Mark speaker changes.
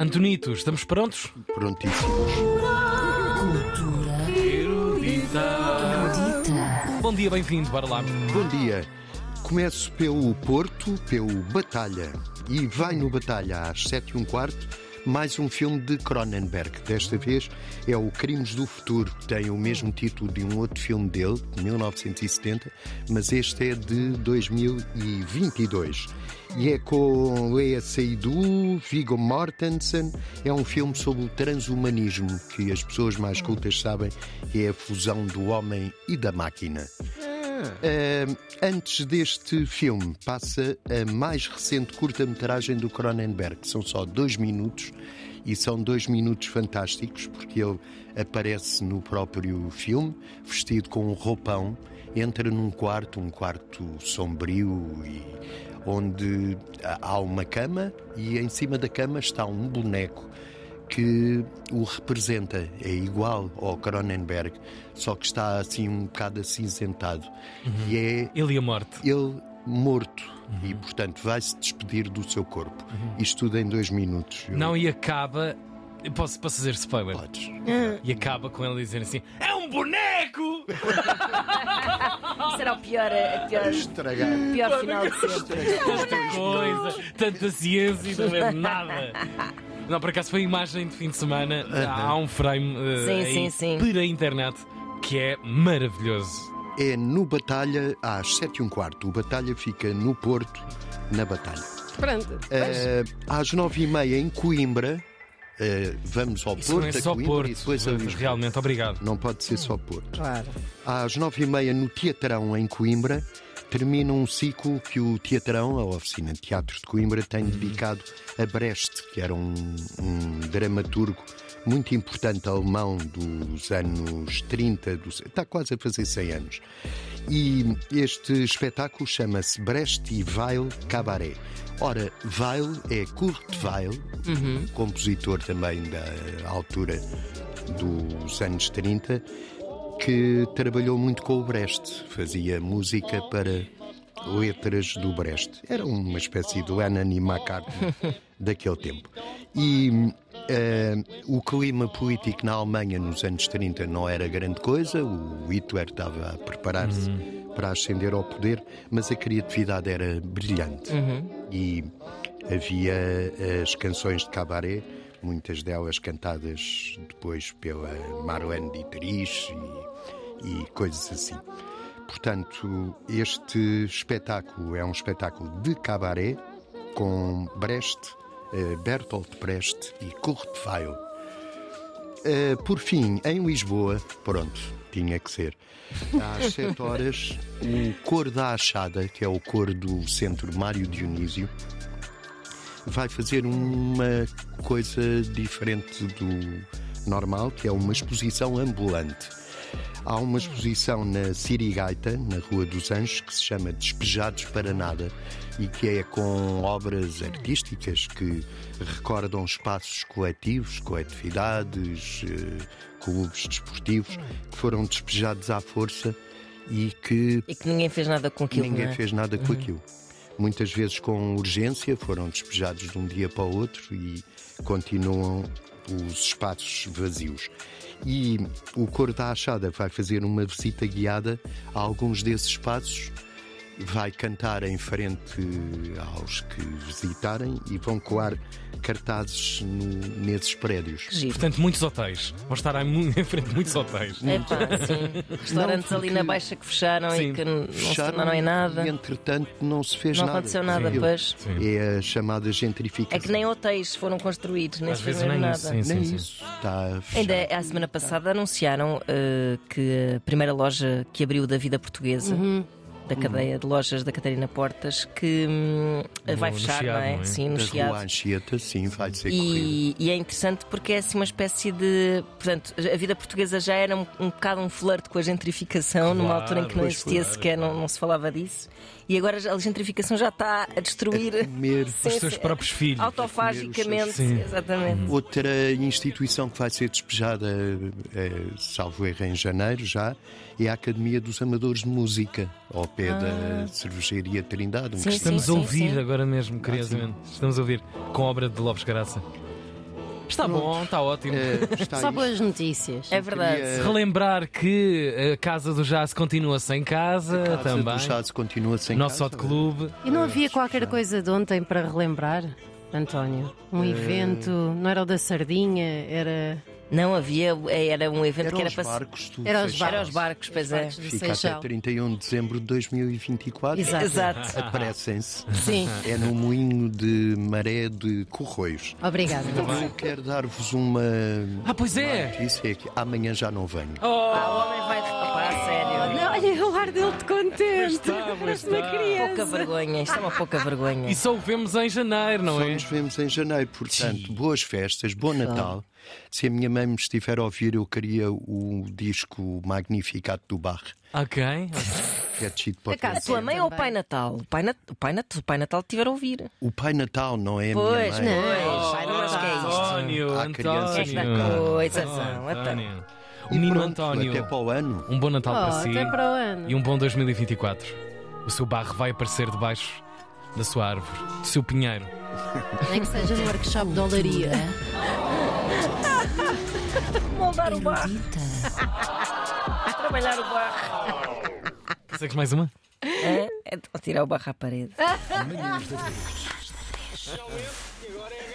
Speaker 1: Antonito, estamos prontos?
Speaker 2: Prontíssimos.
Speaker 1: Bom dia, bem-vindo, bora lá.
Speaker 2: Bom dia. Começo pelo Porto, pelo Batalha. E vai no Batalha às 7 e um quarto mais um filme de Cronenberg. Desta vez é o Crimes do Futuro. Tem o mesmo título de um outro filme dele, de 1970, mas este é de 2022. E é com Lea Seydoux, Viggo Mortensen. É um filme sobre o transhumanismo, que as pessoas mais cultas sabem que é a fusão do homem e da máquina. Ahm, Eh, antes deste filme, passa a mais recente curta-metragem do Cronenberg. São só dois minutos e são dois minutos fantásticos porque ele aparece no próprio filme, vestido com um roupão, entra num quarto, um quarto sombrio e onde há- há uma cama e em cima da cama está um boneco que o representa, é igual ao Cronenberg, só que está assim um bocado acinzentado.
Speaker 1: Uhum.
Speaker 2: E é
Speaker 1: Ele e a morte.
Speaker 2: ele morto
Speaker 1: Uhum.
Speaker 2: e, portanto, vai-se despedir do seu corpo. Isto tudo em dois minutos. Eu-
Speaker 1: Não, e acaba. eu Posso, posso dizer spoiler?
Speaker 2: Podes.
Speaker 1: E acaba com ele dizendo assim: É um boneco!
Speaker 3: Será o pior, a pior,
Speaker 2: Estragar.
Speaker 3: o pior final de sempre.
Speaker 1: Tanta coisa, tanta ciência e não é nada. Não, por acaso foi a imagem de fim de semana. Há um frame eh,
Speaker 3: Sim,
Speaker 1: aí
Speaker 3: sim, sim.
Speaker 1: para a internet que é maravilhoso.
Speaker 2: É no Batalha às 7 e um quarto. O Batalha fica no Porto, na Batalha.
Speaker 4: Pronto.
Speaker 2: Eh, às 9 e meia em Coimbra, eh, vamos ao
Speaker 1: Isso
Speaker 2: Porto,
Speaker 1: não é
Speaker 2: a
Speaker 1: só
Speaker 2: Coimbra e
Speaker 1: Porto.
Speaker 2: depois a Lisboa.
Speaker 1: Realmente, obrigado.
Speaker 2: Não pode ser só Porto.
Speaker 4: Claro.
Speaker 2: Às nove e meia no Teatrão, em Coimbra, termina um ciclo que o Teatrão, a oficina de teatro de Coimbra, tem dedicado a Brecht, que era um, um dramaturgo muito importante alemão dos anos 30, dos- está tá quase a fazer 100 anos. E este espetáculo chama-se Brecht e Weil Cabaret. Ora, Weil é Kurt Weil, compositor também da altura dos anos 30, que trabalhou muito com o Brecht, fazia música para letras do Brecht. Era uma espécie do Lennon e McCartney daquele tempo. E eh, o clima político na Alemanha nos anos 30 não era grande coisa, o Hitler estava a preparar-se para ascender ao poder, mas a criatividade era brilhante. E havia eh, as canções de cabaré, muitas delas cantadas depois pela Marlene Dietrich e, e coisas assim. Portanto, este espetáculo é um espetáculo de cabaré com Brecht, eh, Bertolt Brecht e Kurt Weill. Eh, por fim, em Lisboa, pronto, tinha que ser. Às 7 horas, o Cor da Achada, que é o cor do Centro Mário Dionísio, vai fazer uma coisa diferente do normal, que é uma exposição ambulante. Há uma exposição na Sirigaita, na Rua dos Anjos, que se chama Despejados para Nada e que é com obras artísticas que recordam espaços coletivos, coletividades, eh, clubes desportivos que foram despejados à força e que
Speaker 3: E que ninguém fez nada com aquilo.
Speaker 2: Ninguém
Speaker 3: não é?
Speaker 2: fez nada com aquilo. Muitas vezes com urgência, foram despejados de um dia para o outro e continuam os espaços vazios. E o Cor da Achada vai fazer uma visita guiada a alguns desses espaços, vai cantar em frente aos que visitarem e vão coar cartazes no- nesses prédios.
Speaker 3: Que giro.
Speaker 1: Portanto, muitos hotéis. Vão estar aí mu- em frente de muitos hotéis.
Speaker 3: Epá, É sim. Restaurantes
Speaker 2: Não,
Speaker 3: ali
Speaker 2: porque-
Speaker 3: na Baixa que fecharam
Speaker 1: Sim,
Speaker 3: e que não se
Speaker 2: Fecharam
Speaker 3: tornaram em nada.
Speaker 2: e, entretanto, não se fez
Speaker 3: Não
Speaker 2: nada.
Speaker 3: aconteceu nada,
Speaker 2: Aquilo
Speaker 3: pois.
Speaker 2: É a chamada gentrificação.
Speaker 3: É que nem hotéis foram construídos, nem
Speaker 1: Às
Speaker 3: se
Speaker 1: vezes
Speaker 3: fez
Speaker 1: nem
Speaker 3: mesmo nada.
Speaker 1: isso. Sim, sim,
Speaker 2: Nem
Speaker 1: sim.
Speaker 2: é isso. Está fechado.
Speaker 3: Ainda é a semana passada anunciaram eh, que a primeira loja que abriu da vida portuguesa,
Speaker 1: Uhum.
Speaker 3: da cadeia de lojas da Catarina Portas, que hum, vai
Speaker 1: No-
Speaker 3: fechar,
Speaker 1: Chiado,
Speaker 3: não
Speaker 1: não é?
Speaker 3: é? Sim, no
Speaker 2: da Rua
Speaker 3: Chiado.
Speaker 2: Anchieta, sim, vai ser corrido.
Speaker 3: E, e é interessante porque é assim uma espécie de. Portanto, a vida portuguesa já era um, um bocado um flerte com a gentrificação, numa
Speaker 1: Claro,
Speaker 3: altura em que não
Speaker 1: pois,
Speaker 3: existia
Speaker 1: claro,
Speaker 3: sequer, não, não se falava disso. E agora já- a gentrificação já está a
Speaker 2: É
Speaker 3: destruir
Speaker 2: Comer.
Speaker 3: Sim,
Speaker 1: Os seus
Speaker 3: sim.
Speaker 1: próprios filhos.
Speaker 3: autofagicamente.
Speaker 1: Sim.
Speaker 3: Exatamente.
Speaker 2: Uhum. Outra instituição que vai ser despejada, eh, salvo erro, em janeiro já, é a Academia dos Amadores de Música, ao pé da Cervejaria Trindade. um
Speaker 3: Ah. Sim,
Speaker 2: restaurante.
Speaker 1: Estamos
Speaker 3: sim,
Speaker 2: Ah,
Speaker 1: a ouvir
Speaker 3: sim.
Speaker 1: agora mesmo, curiosamente. Estamos a ouvir com a obra de Lopes Graça. Está bom, está ótimo.
Speaker 2: Eh,
Speaker 1: Tá
Speaker 2: está
Speaker 4: Só
Speaker 2: isto.
Speaker 4: pelas notícias.
Speaker 3: É verdade.
Speaker 2: Queria-
Speaker 1: Relembrar que a Casa do Jazz continua sem casa,
Speaker 2: A casa
Speaker 1: também.
Speaker 2: do Chaz continua sem
Speaker 1: Nosso Hot
Speaker 2: casa.
Speaker 1: Clube.
Speaker 4: E não havia qualquer coisa de ontem para relembrar, António? Um
Speaker 1: Eh,
Speaker 4: evento, não era o da sardinha, era,
Speaker 3: Não havia, era um evento
Speaker 2: Eram
Speaker 3: que era
Speaker 2: os
Speaker 3: para. se-
Speaker 2: barcos tudo
Speaker 4: era os
Speaker 2: fechado.
Speaker 4: barcos.
Speaker 3: Era os barcos, pois é.
Speaker 4: Barcos do
Speaker 2: Fica até
Speaker 4: Seixal.
Speaker 2: 31 de dezembro de 2024.
Speaker 4: Exato.
Speaker 3: Exato.
Speaker 2: Apressem-se.
Speaker 4: Sim,
Speaker 2: É no moinho de maré de Corroios.
Speaker 4: obrigada.
Speaker 2: Eu quero dar-vos uma
Speaker 1: Ah, pois é!
Speaker 2: notícia é que amanhã já não venho.
Speaker 1: Oh,
Speaker 3: Ah, o homem vai. Opa, a sério.
Speaker 4: Não, olha o ar dele de contente.
Speaker 1: está, pois
Speaker 4: Parece uma
Speaker 1: está.
Speaker 4: criança.
Speaker 3: Pouca vergonha, isto é uma pouca vergonha.
Speaker 1: E só o vemos em janeiro, não
Speaker 2: Só
Speaker 1: é?
Speaker 2: nos vemos em janeiro, portanto, boas festas, bom Natal. Se a minha mãe me estiver a ouvir, eu queria o disco Magnificat do Bar,
Speaker 1: Ok.
Speaker 2: que é de Chico
Speaker 4: Acaso,
Speaker 3: A
Speaker 2: Potenza.
Speaker 3: tua mãe ou o
Speaker 4: Também.
Speaker 3: Pai Natal? O Pai, Nat... o pai, Nat... o pai Natal tiver a ouvir.
Speaker 2: O Pai Natal não é a minha
Speaker 3: Pois,
Speaker 2: mãe.
Speaker 3: pois. Pai não acho que é isto.
Speaker 1: António,
Speaker 2: Há crianças
Speaker 1: António.
Speaker 3: que não. Coisa, então.
Speaker 1: Oh,
Speaker 3: não,
Speaker 1: António. O
Speaker 2: E
Speaker 1: menino
Speaker 2: pronto, Até
Speaker 1: António.
Speaker 2: para o ano.
Speaker 1: Um bom Natal
Speaker 4: Oh,
Speaker 1: para si.
Speaker 4: até para o ano.
Speaker 1: E um bom 2024. O seu barro vai aparecer debaixo da sua árvore, do seu pinheiro.
Speaker 4: Nem que seja no workshop de olaria.
Speaker 3: Moldar o barro. Trabalhar o barro.
Speaker 1: Consegues mais uma?
Speaker 3: É, é tirar o barro à parede.
Speaker 5: Agora é